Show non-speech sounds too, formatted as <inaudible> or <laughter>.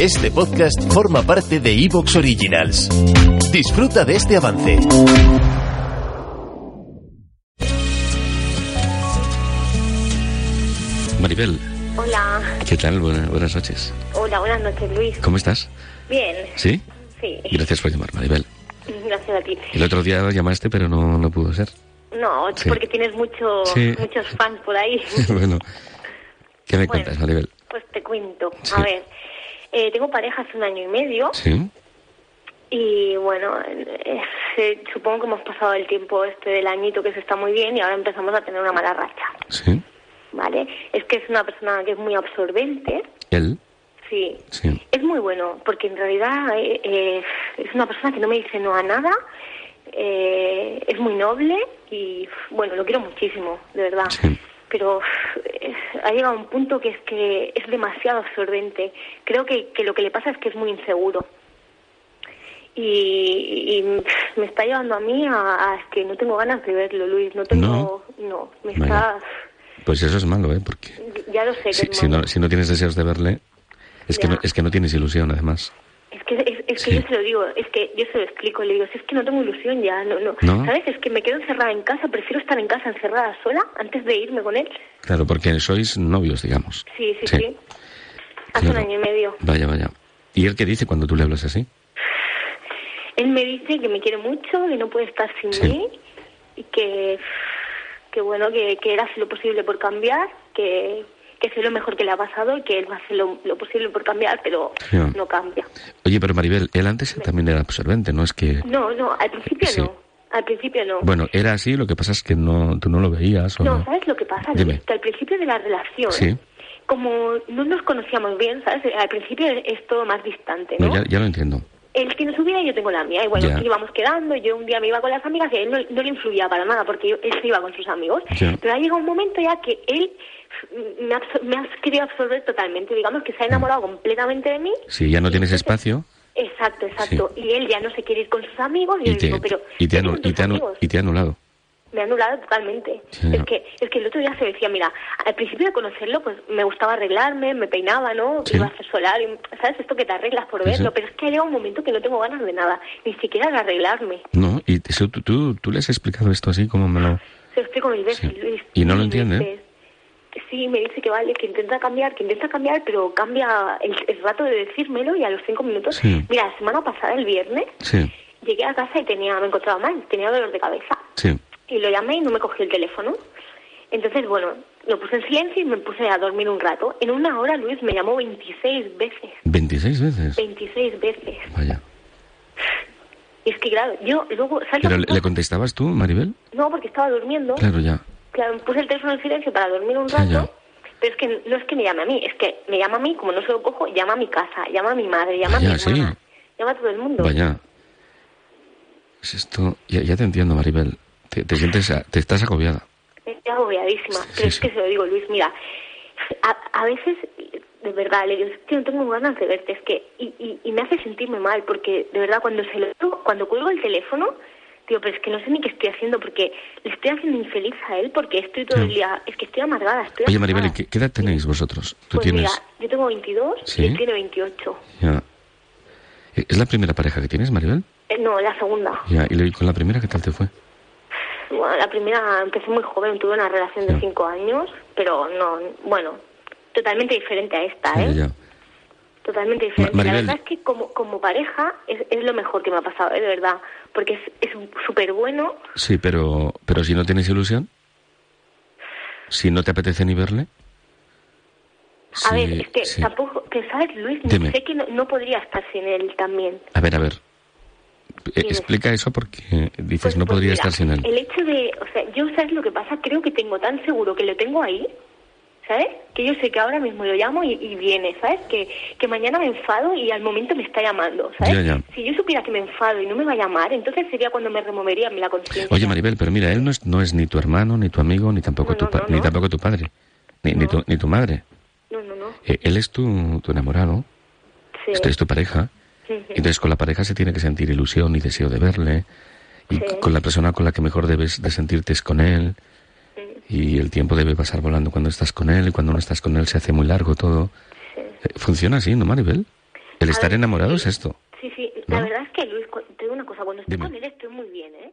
Este podcast forma parte de Evox Originals. Disfruta de este avance. Maribel, Hola, ¿qué tal? Buena- buenas noches. hola, buenas noches Luis. ¿Cómo estás? Bien, ¿Sí? sí, Gracias por llamar, Maribel. gracias a ti. El otro día llamaste, pero no, no pudo ser. <laughs> No, es Sí. porque tienes mucho, Sí. muchos fans por ahí. bueno, ¿qué me Bueno. cuentas, Maribel? Pues te cuento. Sí. A ver, eh, tengo pareja hace un año y medio ¿Sí? y bueno, eh, eh, supongo que hemos pasado el tiempo este del añito que se está muy bien y ahora empezamos a tener una mala racha, ¿Sí? ¿vale? Es que es una persona que es muy absorbente, ¿Él? sí. Sí. Es muy bueno, porque en realidad eh, eh, es una persona que no me dice no a nada, eh, es muy noble y, bueno, lo quiero muchísimo, de verdad. Sí. Pero eh, ha llegado a un punto que es que es demasiado absorbente. Creo que, que lo que le pasa es que es muy inseguro. Y, y me está llevando a mí a, a- es que no tengo ganas de verlo, Luis. No tengo. No, me Vaya. está. Pues eso es malo, ¿eh? Porque Ya lo sé. que si, es si malo. no, si no tienes deseos de verle, es que Ya. no, es que no tienes ilusión, además. Es que, es, es que Sí. yo se lo digo, es que yo se lo explico, le digo, si es que no tengo ilusión ya, no, no, ¿No? ¿Sabes? Es que me quedo encerrada en casa, prefiero estar en casa encerrada sola antes de irme con él. Claro, porque sois novios, digamos. Sí, sí, sí. Hace claro. un año y medio. Vaya, vaya. ¿Y él qué dice cuando tú le hablas así? Él me dice que me quiere mucho, que no puede estar sin Sí. mí y que, que bueno, que, que él hace lo posible por cambiar, que, que sé lo mejor que le ha pasado y que él va a hacer lo, lo posible por cambiar, pero Sí. no cambia. Oye, pero Maribel, él antes también era absorbente, ¿no? Es que... No, no, al principio Sí. no. Al principio no. Bueno, era así, lo que pasa es que no, tú no lo veías. ¿o No, no? ¿sabes lo que pasa? Dime. Que al principio de la relación, Sí. como no nos conocíamos bien, ¿sabes? Al principio es todo más distante, ¿no? No, ya, ya lo entiendo. Él tiene su vida y yo tengo la mía. Y bueno, Ya. íbamos quedando, yo un día me iba con las amigas y a él no, no le influía para nada porque yo- él se iba con sus amigos. Ya. Pero ha llegado un momento ya que él me ha, absor- me ha querido absorber totalmente, digamos que se ha enamorado completamente de mí. Si ya no tienes espacio Exacto, exacto. Y él ya no se quiere ir con sus amigos y, y yo te, digo, pero... y te, ¿qué anu- con y tus te anu- amigos? y te ha anulado. Me ha anulado totalmente. Sí. Es, que, es que el otro día se decía, mira, al principio de conocerlo, pues me gustaba arreglarme, me peinaba, ¿no? Sí. Iba a hacer solar, y, ¿sabes? Esto que te arreglas por Sí, sí. verlo, pero es que ha llegado un momento que no tengo ganas de nada, ni siquiera de arreglarme. No, y te- tú, tú, tú le has explicado esto así como me lo... Se lo explico mil veces, Sí. Luis. Y no lo Mil entiende, ¿eh? veces. Sí, me dice que vale, que intenta cambiar, que intenta cambiar, pero cambia el, el rato de decírmelo y a los cinco minutos. Sí. Mira, la semana pasada, el viernes, Sí, llegué a casa y tenía, me encontraba mal, tenía dolor de cabeza. sí, y lo llamé y no me cogió el teléfono. Entonces, bueno, lo puse en silencio y me puse a dormir un rato. En una hora Luis me llamó 26 veces, 26 veces. 26 veces. Vaya. Y es que claro, yo luego... ¿sabes lo ¿Pero que le le pasa? contestabas tú, Maribel? No, porque estaba durmiendo. Claro, ya. Claro, puse el teléfono en silencio para dormir un Ya, rato. ya. Pero es que no es que me llame a mí, es que me llama a mí, como no se lo cojo, llama a mi casa, llama a mi madre, llama a mi Vaya, sí. hermana, llama a todo el mundo. Vaya. Es esto... Ya, ya te entiendo, Maribel. Te, te sientes... a- Te estás agobiada. Estoy agobiadísima, Sí, pero es sí. que se lo digo, Luis, mira, a, a veces, de verdad, le digo, es que no tengo ganas de verte, es que, y, y, y me hace sentirme mal, porque de verdad, cuando se lo digo- cuando cuelgo el teléfono, digo, pero es que no sé ni qué estoy haciendo, porque le estoy haciendo infeliz a él, porque estoy todo Sí. el día, es que estoy amargada, estoy Oye, Maribel, ¿y amargada. ¿qué, qué edad tenéis vosotros? Tú Pues tienes... mira, yo tengo 22 Sí. y él tiene 28. Ya. ¿Es la primera pareja que tienes, Maribel? Eh, no, la segunda. Ya, ¿y le- con la primera qué tal te fue? Bueno, la primera empecé muy joven, tuve una relación Ya. de 5 años, pero no, bueno, totalmente diferente a esta, ¿eh? Ya, ya. Totalmente diferente. Ma- Maribel- La verdad es que como, como pareja es, es lo mejor que me ha pasado, ¿eh? de verdad. Porque es es súper bueno. Sí, pero, pero si no tienes ilusión, si no te apetece ni verle. A sí, ver, es que sí. tampoco... Pero, ¿sabes, Luis? Dime. Sé que no, no podría estar sin él también. A ver, a ver. E- Dime. Explica eso porque eh, dices Pues- no pues podría mira, estar sin él. El hecho de... O sea, yo, ¿sabes lo que pasa? Creo que tengo tan seguro que lo tengo ahí, ¿sabes? Que yo sé que ahora mismo lo llamo y, y viene, ¿sabes? Que, que mañana me enfado y al momento me está llamando, ¿sabes? Ya, ya. Si yo supiera que me enfado y no me va a llamar, entonces sería cuando me removería la conciencia. Oye, Maribel, pero mira, él no es, no es ni tu hermano, ni tu amigo, ni tampoco, No, tu, no, pa- no, ni no. tampoco tu padre, ni, ni, No. tu, ni tu madre. No, no, no. Eh, él es tu, tu enamorado, Sí. este es tu pareja. Ujú. Entonces con la pareja se tiene que sentir ilusión y deseo de verle. Y Sí. con la persona con la que mejor debes de sentirte es con él. Y el tiempo debe pasar volando cuando estás con él y cuando no estás con él se hace muy largo todo. Sí. Eh, ¿Funciona así, no, Maribel? El estar ver, enamorado sí. es esto. Sí, sí, la ¿No? verdad es que Luis, cu- te digo una cosa, cuando estoy Dime. con él estoy muy bien, ¿eh?